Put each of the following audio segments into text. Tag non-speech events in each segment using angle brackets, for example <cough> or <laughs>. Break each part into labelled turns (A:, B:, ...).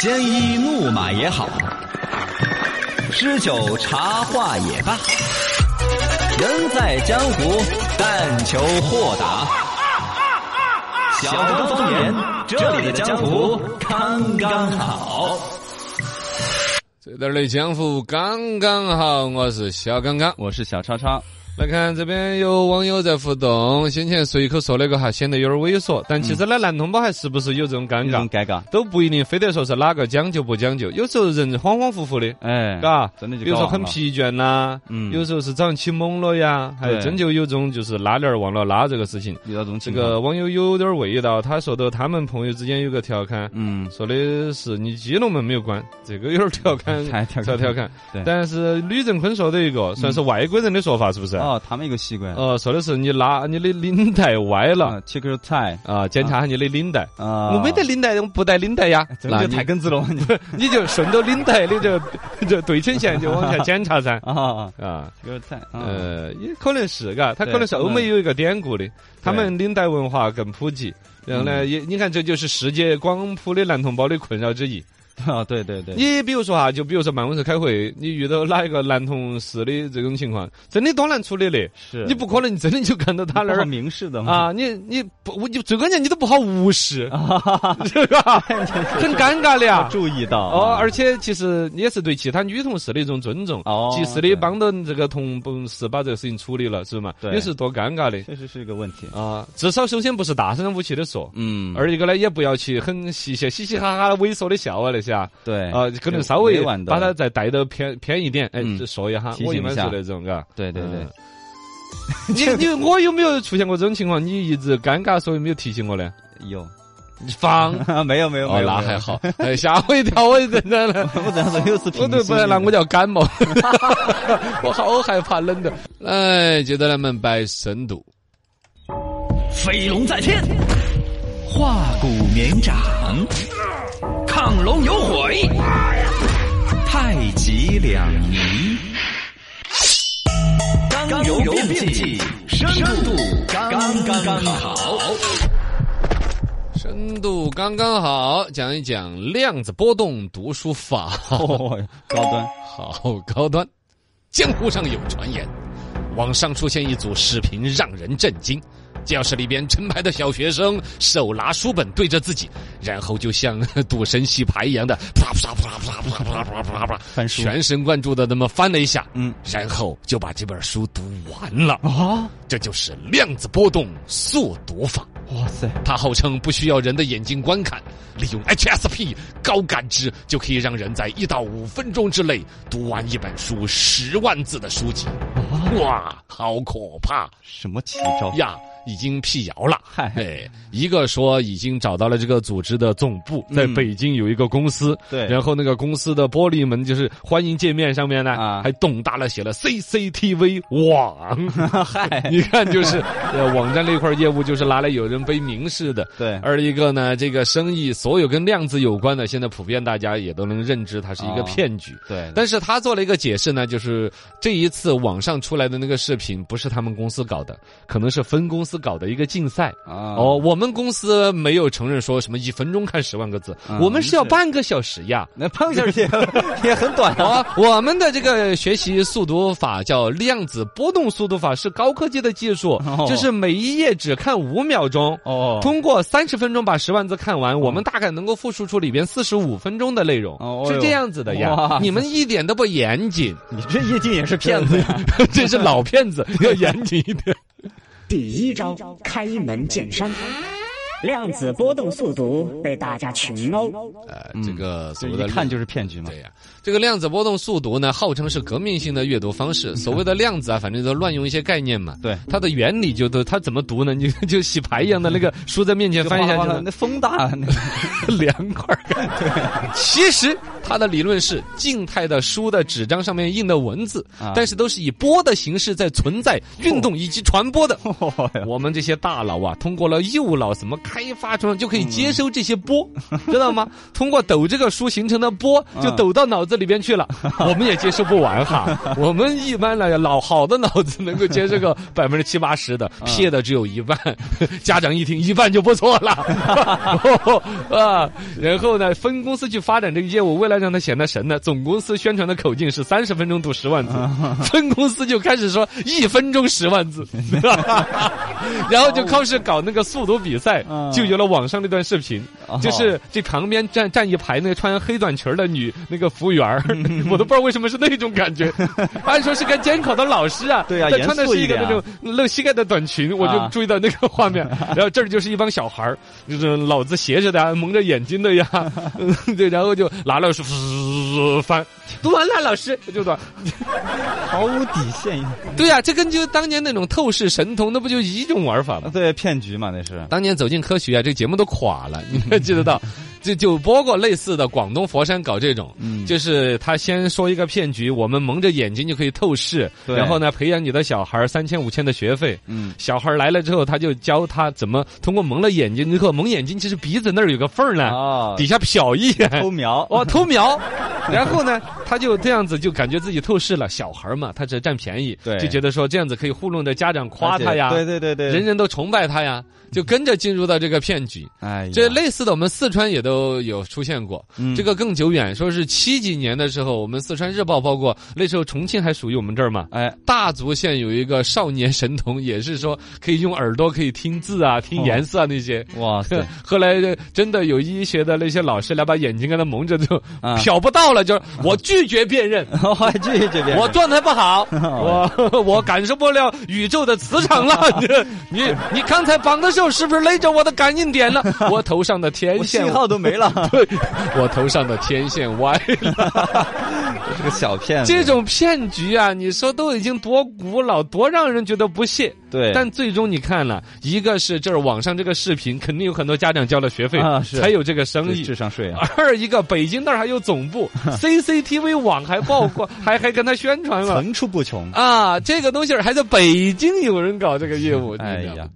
A: 鲜衣怒马也好，诗酒茶话也罢，人在江湖，但求豁达。小刚方言，这里的江湖刚刚好。
B: 这点儿的江湖刚刚好，我是小刚刚。
A: 我是小叉叉，
B: 来看这边有网友在互动，先前随口说了个哈，显得有点猥琐，但其实呢，男同胞还时不时有这种尴
A: 这种
B: 尬，
A: 尴尬，
B: 都不一定非得说是哪个讲究不讲究，有时候人恍恍惚惚的，
A: 哎，
B: 嘎，
A: 真的就
B: 比如说
A: 搞忘
B: 很
A: 了
B: 疲倦啦，
A: 嗯
B: 有时候是早上起懵了呀，还
A: 对
B: 真就有种就是拉链儿忘了拉这个事情。
A: 遇到这种
B: 这
A: 情况，
B: 个网友有点味道，他说的他们朋友之间有个调侃，
A: 嗯，
B: 说的是你基隆门没有关，这个有点
A: <laughs>，
B: 调侃
A: 太调
B: 才
A: 侃
B: 调侃
A: 对。嗯
B: 但是吕振坤说的一个算是外国人的说法，是不是？
A: 哦，他们一个习惯，
B: 哦，说的是你拉你的领带歪了
A: 啊，take your time
B: 啊，检查下你的领带。
A: 啊，
B: 我没得领带，我不带领带呀，
A: 真的
B: 你
A: 太耿直了，你。
B: 你就顺着领带的这这对称线就往下检查噻
A: <laughs> 啊
B: 啊，
A: ，take your time，啊 <laughs>
B: 呃，也可能是嘎，他
A: 对嗯
B: 可能是欧
A: 他们
B: 美有一个典故的，他们领带文化更普及。然后
A: 嗯
B: 呢，也你看，这就是世界广普的男同胞的困扰之一。
A: 啊，对对对，
B: 你比如说哈，就比如说办公室开会，你遇到哪一个男同事的这种情况，真的多难处理嘞。
A: 是
B: 你不可能真的就看到他那
A: 不好
B: 儿
A: 明示的嘛，
B: 啊，你你不，我你最关键你都不好
A: <laughs>
B: 无视，是吧？很尴尬的呀。
A: 注意到
B: 哦，
A: 啊
B: 而且其实也是对其他女同事的一种尊重，
A: 哦
B: 及时
A: 对
B: 的帮到这个同事把这个事情处理了，是不嘛？
A: 对
B: 也是多尴尬的
A: 确实是一个问题，
B: 啊！至少首先不是大声武器的说，
A: 嗯，
B: 二一个呢也不要去很嘻嘻嘻嘻哈哈猥琐的笑啊那些啊，
A: 对
B: 啊，可能稍微
A: 委婉的
B: 把它再带得偏偏一点，哎
A: 嗯，
B: 就说一下
A: 提，醒
B: 我
A: 一
B: 一般是
A: 下
B: 那种，嘎。
A: 对对对
B: 嗯。你 <laughs> 你我有没有出现过这种情况？你一直尴尬，所以没有提醒我呢？
A: 有， <laughs>
B: 你 <laughs> 放
A: 没有没有没
B: 哦，
A: 有，
B: 那
A: 没有
B: 还，好， <laughs> 哎，吓我一跳，我一真的 <laughs> 呢。
A: 我这样子又是
B: 我
A: 平
B: 都
A: 时
B: 本来拿我就要感冒， <laughs> 我好害怕冷的。来，哎接着来我们摆深度。
C: 飞龙在天，化骨绵掌，亢龙有悔，太极两仪，刚柔并济，深度刚刚刚好。
B: 深度刚刚好，讲一讲量子波动读书法，
A: 哦，高端，
B: 好高端。江湖上有传言，网上出现一组视频让人震惊。教室里边成排的小学生手拿书本对着自己，然后就像赌神洗牌一样的啪啪啪啪啪啪啪啪啪
A: 翻书
B: 全神贯注的那么翻了一下，
A: 嗯
B: 然后就把这本书读完了。
A: 啊，
B: 这就是量子波动速读法。
A: 哇塞，
B: 它号称不需要人的眼睛观看，利用 HSP 高感知就可以让人在一到五分钟之内读完一本书十万字的书籍。哇，好可怕
A: 什么奇招？
B: 呀！已经辟谣了。
A: <laughs> 嗨
B: 哎，一个说已经找到了这个组织的总部，在
A: 嗯
B: 北京有一个公司，
A: 对
B: 然后那个公司的玻璃门就是欢迎界面上面呢，
A: 啊
B: 还董大了写了 CCTV 网。
A: 嗨，
B: <laughs> 你看，就是呃，网站那块业务就是拿来有人背明示的。
A: 对
B: 二一个呢，这个生意所有跟量子有关的，现在普遍大家也都能认知它是一个
A: 哦
B: 骗局。
A: 对，
B: 但是他做了一个解释呢，就是这一次网上出来的那个视频不是他们公司搞的，可能是分公司搞的一个竞赛。
A: 啊，
B: 哦，我们公司没有承认说什么一分钟看十万个字，
A: 嗯
B: 我们是要
A: 是
B: 半个小时呀。
A: 那碰一下也 <laughs> 也很短啊。
B: 啊，我们的这个学习速读法叫量子波动速读法，是高科技的技术
A: 哦，
B: 就是每一页只看五秒钟。
A: 哦
B: 通过三十分钟把十万字看完，我们大概能够复述出里边四十五分钟的内容
A: 哦，哎
B: 是
A: 呦
B: 这样子的呀
A: 哇。
B: 你们一点都不
A: <laughs>
B: 严谨，
A: 你这业绩也是骗子呀！
B: <laughs> 这是老骗
A: <laughs>
B: 子，要严谨一点。
D: 第一招开门见山，
E: 量子波动速读被大家群殴。
B: 呃，这个
A: 就
B: 所谓的
A: 一看就是骗局嘛。
B: 对呀、这个量子波动速读呢，号称是革命性的阅读方式。所谓的量子啊，反正都乱用一些概念嘛。
A: 对
B: 它的原理就都它怎么读呢？你就就洗牌一样的那个书在面前
A: 就
B: 翻一下
A: 哗啦
B: 就
A: 哗啦 <laughs>
B: 能
A: 那风大，那个
B: 凉快儿。其实他的理论是静态的书的纸张上面印的文字，
A: 啊
B: 但是都是以波的形式在存在、运动以及传播的。
A: <laughs> 哦哟
B: 我们这些大脑啊，通过了右脑什么开发出来，就可以接收这些波，
A: 嗯
B: <laughs> 知道吗？通过抖这个书形成的波，就抖到脑子里边
A: <laughs>
B: 去了。我们也接收不完哈，我们一般来讲脑好的脑子能够接受个 <laughs> 百分之七八十
A: 嗯
B: 的，撇的只有一半。 <laughs> 家长一听一半就不错了， <laughs> 啊，然后呢，分公司去发展这个业务，为了让它显得神呢，总公司宣传的口径是三十分钟读十万字，
A: 啊
B: 分公司就开始说一分钟十万字， <laughs> 然后就开始搞那个速读比赛，
A: 啊
B: 就有了网上那段视频，
A: 哦
B: 就是这旁边站站一排那个穿黑短裙儿的女那个服务员
A: <laughs>
B: 儿我都不知道为什么是那种感觉，按说是该监考的老师啊，
A: 对啊
B: 但穿的
A: 严肃
B: 是
A: 一
B: 一个
A: 点
B: 那
A: 啊
B: 种 <laughs> 露膝盖的短裙，我就
A: 啊
B: 注意到那个画 <laughs> 面，然后这儿就是一帮小孩儿，就是脑子斜着的啊，蒙着眼睛的 <laughs> 呀，嗯对，然后就拿了书翻，读完了老师就读完，
A: 毫无底线，
B: 对啊呀、这跟就当年那种透视神童，那不就一种玩法
A: 啊
B: 吗？
A: 对骗局嘛，那是。
B: 当年走进科学啊，这个节目都垮了，你们记得到？就就包括类似的广东佛山搞这种，就是他先说一个骗局，我们蒙着眼睛就可以透视，
A: 对
B: 然后呢培养你的小孩三千五千的学费，
A: 嗯
B: 小孩来了之后他就教他怎么通过蒙了眼睛之后，蒙眼睛其实鼻子那儿有个缝儿呢，
A: 啊，
B: 底下瞟一眼，
A: 偷
B: <laughs>
A: 瞄
B: 哦，偷瞄，然后呢，他就这样子就感觉自己透视了。小孩儿嘛，他只是占便宜，
A: 对
B: 就觉得说这样子可以糊弄着家长夸他呀，
A: 对对对对，
B: 人人都崇拜他呀，就跟着进入到这个骗局。
A: 哎呀，
B: 这类似的，我们四川也都有出现过。
A: 嗯
B: 这个更久远，说是七几年的时候，我们四川日报报过，那时候重庆还属于我们这儿嘛。
A: 哎，
B: 大足县有一个少年神童，也是说可以用耳朵可以听字啊、听颜
A: 哦
B: 色啊那些。
A: 哇塞，
B: 后来这真的有医学的那些老师来把眼睛给他蒙着，就
A: 啊
B: 瞟不到了，就是我拒绝
A: <laughs>
B: 辨认。
A: 我还继续这边，
B: <laughs> 我状态不好，
A: <laughs>
B: 我我感受不了宇宙的磁场
A: <laughs>
B: 了。你你你刚才绑的时候是不是勒着我的感应
A: <laughs>
B: 点了？我头上的天
A: 我
B: 线
A: 信，号都没了，
B: 对， <laughs> 我头上的天线歪了。
A: <laughs> 这个小骗子，
B: 这种骗局啊，你说都已经多古老，多让人觉得不屑。
A: 对，
B: 但最终你看了，一个是这儿网上这个视频，肯定有很多家长交了学费，
A: 啊是
B: 才有这个生
A: 这
B: 意
A: 智。商税啊，
B: 二一个，北京那儿还有总
A: <laughs>
B: 部，CCTV 网还曝光，还还跟他宣传了。
A: 层出不穷，
B: 啊，这个东西儿还在北京有人搞这个业务，
A: 哎
B: 你知道
A: 呀
B: 吗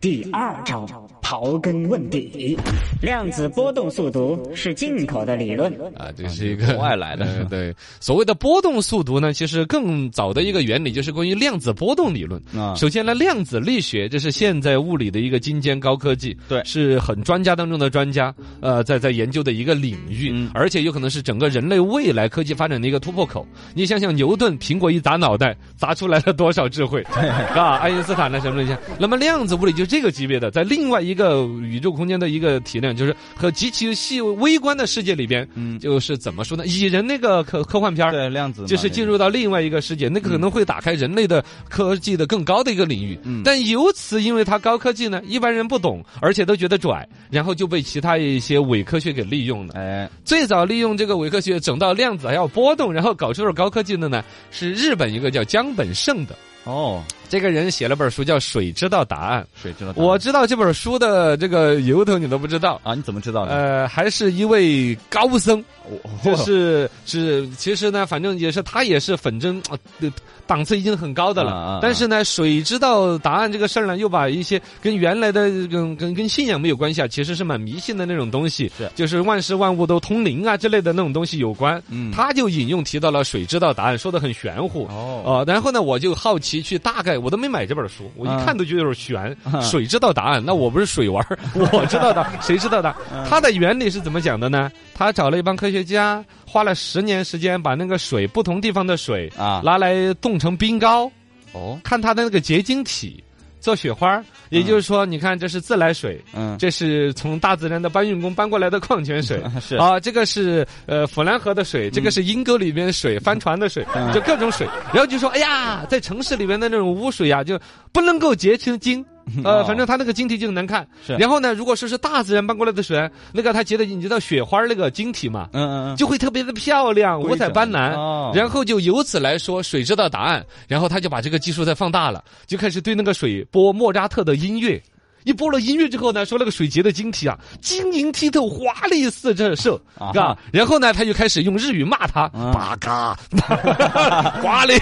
D: 第二招，刨根问底。
E: 量子波动速读是进口的理论，
B: 啊，这是一个
A: 国外来的
B: 呃 <laughs> 对，所谓的波动速读呢，其实更早的一个原理就是关于量子波动理论。
A: 啊
B: 首先呢，量子力学这是现在物理的一个金尖高科技，
A: 对
B: 是很专家当中的专家，呃，在在研究的一个领域，
A: 嗯
B: 而且有可能是整个人类未来科技发展的一个突破口。你想想，牛顿苹果一砸脑袋，砸出来了多少智慧，
A: <laughs>
B: 啊，爱因斯坦呢什么那些，那么量子物理就这个级别的，在另外一个宇宙空间的一个体量，就是和极其细微观的世界里边，
A: 嗯
B: 就是怎么说呢？蚁人那个科科幻片儿
A: 对，量子嘛
B: 啊就是进入到另外一个世界，那个可能会打开人类的科技的更高的一个领域。
A: 嗯
B: 但由此，因为它高科技呢，一般人不懂，而且都觉得拽，然后就被其他一些伪科学给利用了。
A: 哎，
B: 最早利用这个伪科学整到量子还要波动，然后搞出点高科技的呢，是日本一个叫江本胜的。
A: 哦，
B: 这个人写了本书叫《水知道答案》，
A: 水知道答案
B: 我知道这本书的这个由头你都不知道。
A: 啊，你怎么知道的？
B: 呃，还是一位高僧，
A: 我哦
B: <laughs> 就是是，其实呢，反正也是他也是反正呃档次已经很高的了，
A: 啊啊啊
B: 但是呢，水知道答案这个事儿呢，又把一些跟原来的跟跟跟信仰没有关系啊，其实是蛮迷信的那种东西，
A: 是
B: 就是万事万物都通灵啊之类的那种东西有关。
A: 嗯
B: 他就引用提到了水知道答案，说的很玄乎。
A: 哦
B: 呃然后呢，我就好奇去大概，我都没买这本书，我一看
A: 嗯
B: 都觉得有点悬。
A: 嗯
B: 水知道答案，那我不是水玩儿 <laughs> 我知道的，谁知道的？它的原理是怎么讲的呢？他找了一帮科学家，花了十年时间把那个水不同地方的水
A: 啊
B: 拿来冻成冰糕，
A: 哦，
B: 看它的那个结晶体做雪花儿。也就是说，你看这是自来水，
A: 嗯，
B: 这是从大自然的搬运工搬过来的矿泉水
A: <laughs> 是嗯
B: 啊，这个是呃腐兰河的水，这个是阴沟里面水、帆船的水，就各种水。然后就说，哎呀，在城市里面的那种污水呀、就不能够结
A: <laughs>
B: 成晶。呃，
A: 哦
B: 反正它那个晶体就很难看。
A: 是
B: 然后呢，如果说是大自然搬过来的水，那个它结的，你知道雪花那个晶体嘛，
A: 嗯嗯嗯，
B: 就会特别的漂亮，
A: 规
B: 五彩斑
A: 整
B: 斓。
A: 哦
B: 然后就由此来说，水知道答案，然后他就把这个技术再放大了，就开始对那个水播莫扎特的音乐。一播了音乐之后呢，说那个水杰的晶体啊，晶莹剔透，华丽四射，
A: 啊
B: 啊，然后呢，他就开始用日语骂他，八嘎， <laughs> 华丽，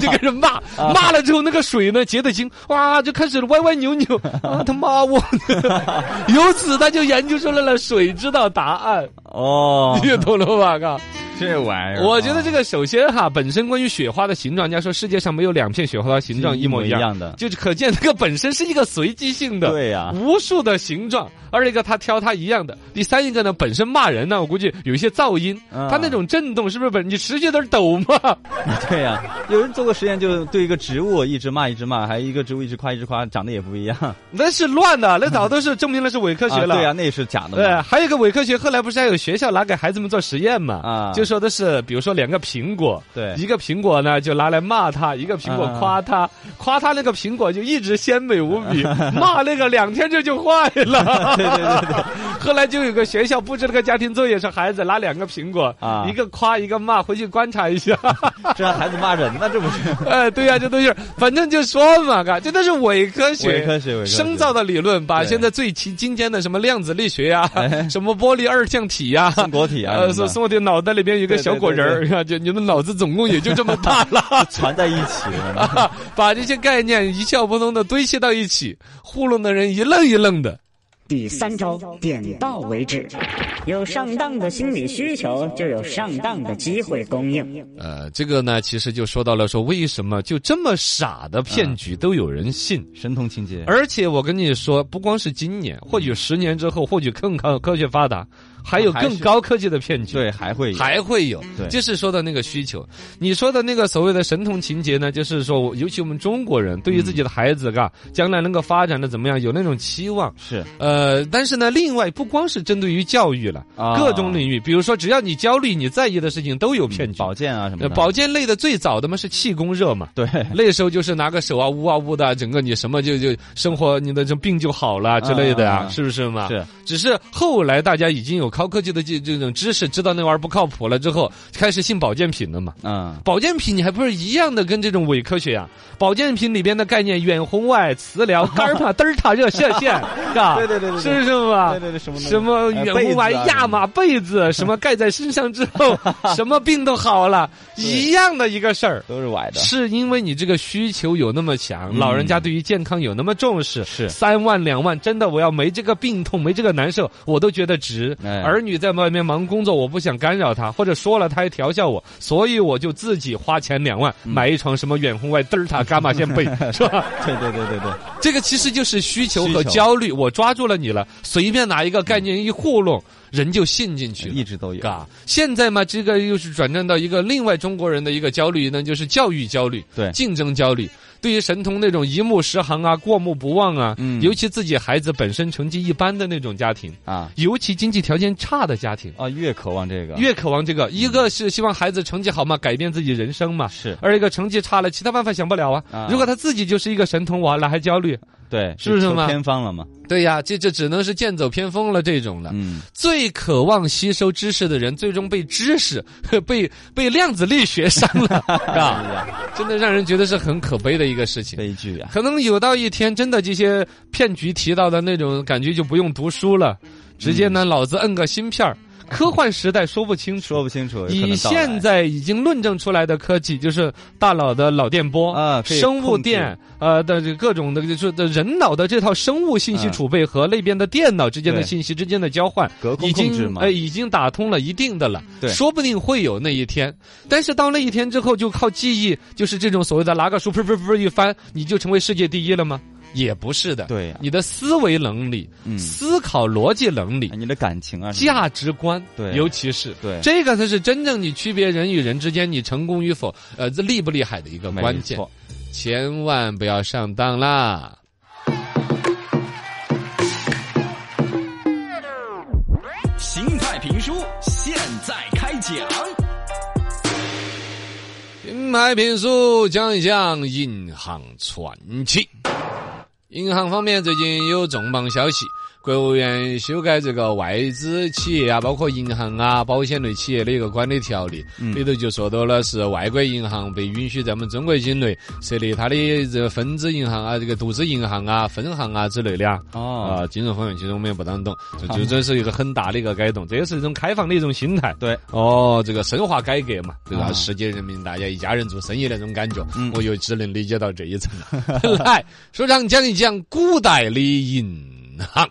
B: 就开始
A: 啊
B: 骂，骂了之后，那个水呢结的晶，哇，就开始歪歪扭扭，啊他妈我，
A: <laughs>
B: 由此他就研究出来了水知道答案， <laughs>
A: 哦，
B: 你懂了吧？嘎。
A: 这玩意儿，
B: 我觉得这个首先哈，本身关于雪花的形状，人家说世界上没有两片雪花的形状
A: 是
B: 一模
A: 一
B: 样，
A: 样的
B: 就是可见这个本身是一个随机性的，
A: 对呀
B: 无数的形状，二一个他挑他一样的，第三一个呢，本身骂人呢，我估计有一些噪音，
A: 嗯
B: 他那种震动是不是本你持续在那儿抖嘛？ <laughs>
A: 啊对呀、有人做过实验，就对一个植物一直骂一直骂，还一个植物一直夸一直夸，长得也不一样。
B: 那是乱的，那早都是证明那是伪科学了。
A: 啊对呀、那也是假的
B: 对，啊
A: 嘛。
B: 还有一个伪科学，后来不是还有学校拿给孩子们做实验嘛？
A: 啊
B: 就说的是，比如说两个苹果，
A: 对
B: 一个苹果呢就拿来骂他，一个苹果
A: 啊
B: 夸他，夸他那个苹果就一直鲜美无
A: <laughs>
B: 比，骂那个两天这就坏了。
A: 对对对对，
B: 后来就有个学校布置了个家庭作业，说孩子拿两个苹果，
A: 啊
B: 一个夸一个骂，回去观察一下。
A: 这让孩子骂人呢，这不
B: <laughs>
A: 是？
B: 哎，对呀、这都是，反正就说嘛，嘎，这都是伪科学，
A: 伪科学伪科学
B: 深造的理论，把
A: 对哎
B: 现在最其精尖的什么量子力学呀、 <laughs> 什么玻璃二象体呀、
A: 松果体啊
B: 呃，
A: 什么
B: 送
A: 的
B: 送我的脑袋里边有个
A: 对对
B: 小果仁儿，
A: 对。
B: 嘎就你们脑子总共也就这么大了
A: <laughs> 缠在一起了。
B: 啊把这些概念一窍不通的堆砌到一起，糊弄的人一愣一愣的。
D: 第三招，点到为止。
E: 有上当的心理需求，就有上当的机会供应。
B: 呃，这个呢，其实就说到了说为什么就这么傻的骗
A: 嗯
B: 局都有人信。
A: 神童情节，
B: 而且我跟你说，不光是今年，或许十年之后，或许更高科学发达，哦还有
A: 还
B: 更
A: 是
B: 高科技的骗局。
A: 对，还会有
B: 还会有
A: 对，
B: 就是说的那个需求。你说的那个所谓的神童情节呢，就是说我，尤其我们中国人对于自己的孩子，嘎、将来能够发展的怎么样，有那种期望。
A: 是
B: 呃，但是呢，另外不光是针对于教育了，
A: 啊
B: 各种领域，比如说只要你焦虑、你在意的事情，都有骗局。
A: 保健啊什么
B: 呃
A: 的。
B: 保健类的最早的嘛是气功热嘛，
A: 对，
B: <laughs> 那时候就是拿个手啊捂啊捂的，整个你什么就就生活你的这病就好了之类的啊，
A: 嗯嗯嗯
B: 是不是嘛？
A: 是。
B: 只是后来大家已经有高科技的这这种知识，知道那玩意儿不靠谱了之后，开始信保健品了嘛。
A: 嗯，
B: 保健品你还不是一样的跟这种伪科学呀、啊保健品里边的概念远红外、
A: <laughs>
B: 磁疗、伽马、德尔塔热射线，是吧？
A: 对对对对对
B: 是不是嘛？
A: 对对对什么东西
B: 啊什么
A: 哎
B: 远
A: 被
B: 红
A: 子
B: 外、
A: 啊
B: 亚麻被子，什么盖在身上之
A: <laughs>
B: 后，什么病都好了，一样的一个事儿。
A: 都是
B: <laughs>
A: 歪的。嗯
B: 是因为你这个需求有那么强，老人家对于健康有那么重视，
A: 是
B: 三万两万，真的我要没这个病痛，没这个难受，我都觉得值。
A: 哎
B: 儿女在外面忙工作，我不想干扰他，或者说了他也调笑我，所以我就自己花钱两万
A: 嗯
B: 买一床什么远红外德尔塔伽马线
A: <laughs>
B: 被，是吧？
A: 对对对对对，
B: 这个其实就是需求和
A: 需求
B: 焦虑，我抓住了你了，随便拿一个概念一糊弄，人就信进去了，
A: 一直都有
B: 嘎，现在嘛，这个又是转战到一个另外中国人的一个焦虑呢，就是教育焦虑，
A: 对
B: 竞争焦虑。对于神童那种一目十行啊、过目不忘啊，
A: 嗯
B: 尤其自己孩子本身成绩一般的那种家庭，
A: 啊
B: 尤其经济条件差的家庭。
A: 啊，越渴望这个
B: 越渴望这个，一个是希望孩子成绩好嘛，改变自己人生嘛；
A: 是
B: 二一个成绩差了，其他办法想不了啊。
A: 啊
B: 如果他自己就是一个神童娃，哪还焦虑？
A: 对，
B: 是不是
A: 求
B: 嘛
A: 偏方了嘛？
B: 对呀，这这只能是剑走偏锋了这种了。
A: 嗯，
B: 最渴望吸收知识的人，最终被知识 <laughs> 被被量子力学伤 <laughs> 了，是吧？真的让人觉得是很可悲的一个事情。
A: 悲剧啊。
B: 可能有到一天，真的这些骗局提到的那种感觉就不用读书了，
A: 嗯
B: 直接呢脑子摁个芯片儿。科幻时代说不清
A: 说
B: 楚，
A: 不清楚，有可
B: 以
A: 能到来
B: 现在已经论证出来的科技，就是大脑的脑电波
A: 啊可以
B: 生物
A: 控制
B: 电呃的这各种的，就是的人脑的这套生物信息
A: 嗯
B: 储备和那边的电脑之间的
A: 对
B: 信息之间的交换，
A: 隔空
B: 已
A: 控制
B: 经
A: 嘛
B: 呃已经打通了一定的了，
A: 对
B: 说不定会有那一天。但是到那一天之后，就靠记忆，就是这种所谓的拿个书噗噗噗一翻，你就成为世界第一了吗？也不是的，
A: 对呀啊
B: 你的思维能力、
A: 嗯
B: 思考逻辑能力
A: 哎、你的感情啊什么的，
B: 价值观，
A: 对啊
B: 尤其是
A: 对
B: 这个才是真正你区别人与人之间你成功与否，呃，这厉不厉害的一个
A: 没
B: 关键
A: 错，
B: 千万不要上当啦。
C: 形态评书现在开讲。
B: 品牌评书讲一讲银行传奇。银行方面最近有重磅消息，国务院修改这个外资企业啊，包括银行啊、保险类企业的一个管理条例，里头就说到了是外国银行被允许在我们中国境内设立它的这个分支银行啊、这个独资银行啊、分行啊之类的啊。
A: 哦，
B: 啊，金融方面其实我们也不当懂，这就这是一个很大的一个改动，这也是一种开放的一种心态。
A: 对，
B: 哦，这个深化改革嘛，对吧？
A: 啊
B: 世界人民大家一家人做生意那种感觉，
A: 嗯
B: 我又只能理解到这一层
A: <laughs>
B: 了。来，首长讲一讲古代的银行。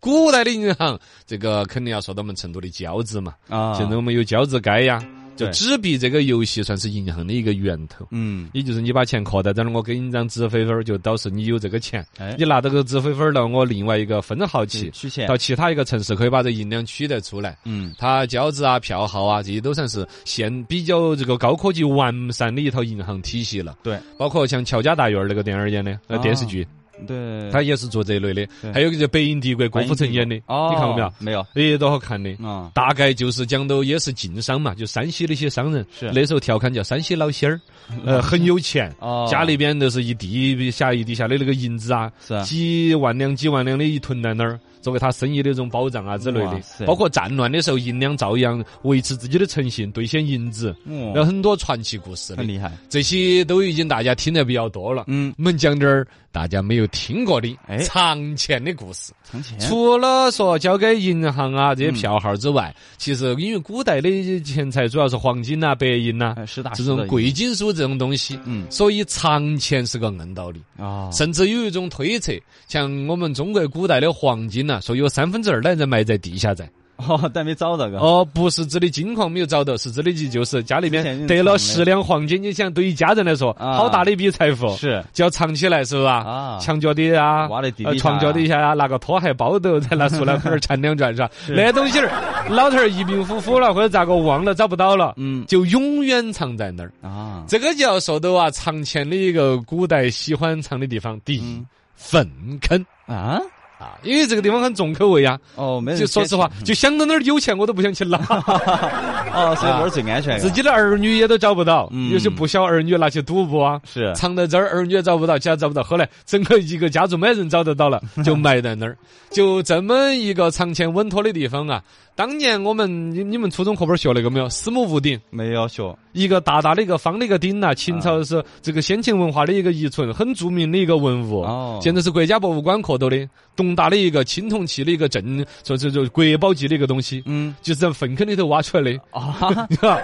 B: 古代的银行，这个肯定要说到我们成都的交子嘛。
A: 啊，
B: 现在我们有交子街呀，就
A: 对
B: 纸币这个游戏算是银行的一个源头。
A: 嗯，
B: 也就是你把钱刻在这儿，我给你一张纸飞分儿，就导致你有这个钱。
A: 哎
B: 你拿这个纸飞分儿到我另外一个分号去，
A: 取钱
B: 到，其他一个城市可以把这银两取得出来。
A: 嗯，
B: 它交子啊、票号啊，这些都算是现比较这个高科技完善的一套银行体系了。
A: 对，
B: 包括像《乔家大院》那个电影儿演的，呃，
A: 啊
B: 电视剧，
A: 对，
B: 它也是做这一类的。
A: 对
B: 还有一个叫《北影帝国》，郭富城演的，
A: 哦，
B: 啊你看过没有？？
A: 没有
B: 哎，多好看的！
A: 啊，
B: 大概就是讲到也是晋商嘛，就山西那些商人，
A: 是
B: 那时候调侃叫山西老仙儿，呃，很有钱，
A: 哦
B: 家里边都是一地下一地下的那个银子啊，
A: 是啊
B: 几万两几万两的一囤在那儿。作为他生意的一种保障啊之类
A: 哇
B: 的，
A: 塞
B: 包括战乱的时候，银两照样维持自己的诚信，兑现银子，
A: 嗯
B: 有很多传奇故事的
A: 很，厉害，
B: 这些都已经大家听得比较多了。
A: 嗯，
B: 我们讲点儿大家没有听过的
A: 哎
B: 藏钱的故事。
A: 藏钱，
B: 除了说交给银行啊这些票号之
A: 嗯
B: 外，其实因为古代的钱财主要是黄金呐、啊白银呐、
A: 哎实打
B: 这
A: 实
B: 种
A: 的
B: 贵金属这种东西，
A: 嗯
B: 所以藏钱是个硬道理。
A: 啊，
B: 甚至有一种推测，像我们中国古代的黄金呐、说有三分之二的人埋在地下在。
A: 哦，但没找到个，
B: 哦，不是指的金矿没有找到，是指的就是家里
A: 之前
B: 面
A: 就
B: 得了
A: 藏了
B: 十两黄金，你想对一家人来说，
A: 啊
B: 好大的一笔财富。
A: 是
B: 就要藏起来，是吧？
A: 啊
B: 墙角底啊，
A: 挖得地底
B: 呃
A: 下
B: 床
A: 啊
B: 脚底下啊，拿个拖鞋包头，再拿塑料
A: <laughs>
B: 瓶儿缠两转，是吧？那东西儿，老头儿一病呼呼了，或者咋个忘了，找不到了，
A: 嗯
B: 就永远藏在那儿。
A: 啊，
B: 这个就要说到啊，藏钱的一个古代喜欢藏的地方，第
A: 嗯
B: 一，粪坑。
A: 啊，
B: 啊，因为这个地方很重口味呀、
A: 哦，没人
B: 就说实话，就想到哪儿有钱，我都不想去拿，
A: 哦，所以那儿最安全，
B: 啊自己的儿女也都找不到，
A: 嗯
B: 有些不孝儿女拿去赌博啊，
A: 是
B: 藏在这儿，儿女也找不到，家找不到。后来整个一个家族没人找得到了，就埋在那儿，就这么一个藏钱稳妥的地方啊。当年我们你你们初中课本学那个没有？司母戊鼎，
A: 没有学，
B: 一个大大的一个方的一个鼎呐、
A: 啊
B: 秦朝是这个先秦文化的一个遗存，很著名的一个文物。
A: 哦
B: 现在是国家博物馆刻到的，董大的一个青铜器的一个镇，说是就国宝级的一个东西。
A: 嗯
B: 就是在粪坑里头挖出来的， <laughs>
A: 啊，
B: 是吧？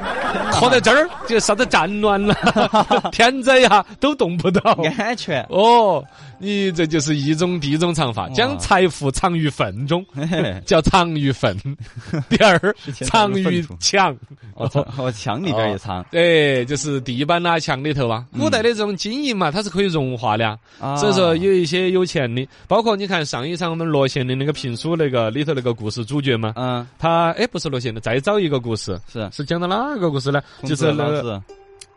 B: 刻在这儿，就啥子战
A: <laughs>
B: 乱了、 <laughs> 天灾呀，都动不到。
A: 安全，
B: 哦，你这就是一种地种藏法，将财富藏于粪中，
A: 嘿嘿
B: 叫藏于
A: <laughs>
B: 粪。第二，
A: 前
B: 藏于墙。
A: 我藏我墙里边也藏，
B: 对，哎就是地板啦、墙里头啊。古代的这种金银嘛，它是可以融化的啊。
A: 嗯啊
B: 所以说，有一些有钱的，包括你看上一场我们罗县的那个评书那个里头那个故事主角嘛，
A: 嗯，
B: 他哎不是罗县的，再早一个故事
A: 是
B: 是讲到哪个故事呢？
A: 孔
B: 就
A: 子
B: 是那
A: 老
B: 个
A: 子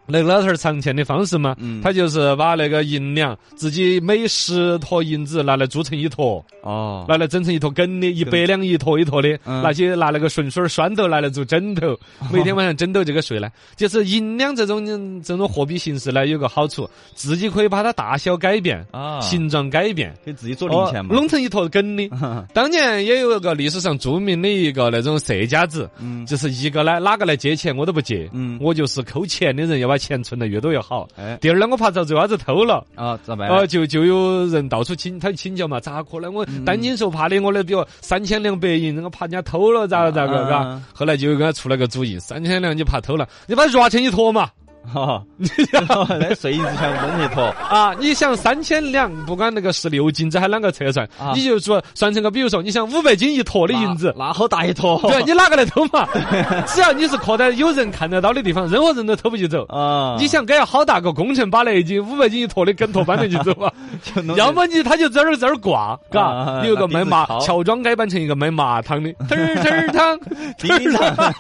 B: 那个老头儿藏钱的方式嘛，
A: 嗯
B: 他就是把那个银两自己每十坨银子拿来铸成一坨，
A: 哦，
B: 拿来整成一坨梗的，一百两一坨一坨的，
A: 嗯哦
B: 拿去拿那个顺水拴头拿来做枕头，每天晚上枕头这个睡呢，就是银两这种嗯这种货币形式呢有个好处，自己可以把它大小改变，
A: 啊嗯
B: 形状改变。
A: 给自己做零钱
B: 哦
A: 嘛，
B: 弄成一坨
A: 嗯
B: 梗的。当年也有一个历史上著名的一个那种色家子，
A: 嗯
B: 就是一个呢，哪个来借钱我都不借，
A: 嗯
B: 我就是抠钱的人，要把钱存得越多越好。
A: 哎
B: 第二呢，我怕遭这娃子偷了。
A: 啊，咋办？
B: 哦，就就有人到处请他请教嘛，咋可能？我
A: 嗯
B: 担惊受怕的，我那比如三千两白银，我怕人家偷了，咋个咋个？
A: 啊
B: 嘎，后来就给他出了个主意，三千两你怕偷了，你把它揉成一坨
A: <laughs>
B: 嘛。
A: 哈， <laughs> 那睡衣子像扔一坨，
B: <laughs> 啊，你想三千两，不管那个十六斤，这还啷个测算？
A: 啊
B: 你就说算成个，比如说你想五百斤一坨的银子，
A: 那好大一坨，
B: <laughs> 对，
A: <laughs>
B: 你哪个来偷嘛？只要你是刻在有人看得到的地方，任何人都偷不起走。
A: 啊，
B: 你想该要好大个工程，把那一斤五百斤一坨的梗头搬得起走啊？
A: 就弄
B: 要么你他就在这儿在这儿挂，嘎
A: 啊，
B: 有个卖麻
A: 拿钉子敲
B: 乔装改版成一个卖麻汤的，
A: <laughs>
B: 嘚儿嘚儿汤，
A: 叮叮当
B: 嘚儿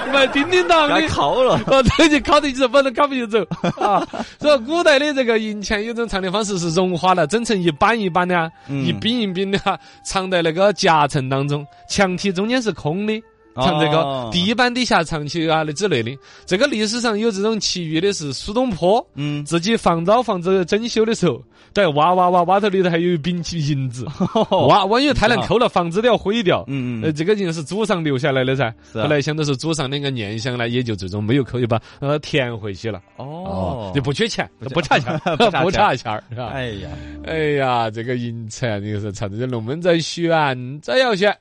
B: 汤 <laughs> 卖叮叮
A: <laughs>
B: 当的
A: 给。烤了，
B: 哦，对，就搞得起走，反正搞不起走啊。所以古代的这个银钱有种藏的方式是融化了，整成一板一板的啊，
A: 嗯
B: 一饼一饼的啊，藏在那个夹层当中，墙体中间是空的。藏这
A: 哦
B: 个地板底下藏起啊的之类的。这个历史上有这种奇遇的是苏东坡，
A: 嗯
B: 自己房遭房子整修的时候，在挖挖挖挖头里头还有一柄
A: <laughs>
B: 银子，挖挖因为太难抠了，房子都要毁
A: 哦
B: 掉。
A: 啊嗯嗯
B: 呃，这个银是祖上留下来的噻。
A: 是啊
B: 后来想到是祖上那个念想呢，也就最终没有抠，又把呃填回去了。
A: 哦
B: 就不缺钱，不差钱
A: <laughs> 不差，钱
B: 不差钱儿是吧？
A: 哎呀。
B: 哎呀，这个银钱，你说唱这龙门阵选，这要选。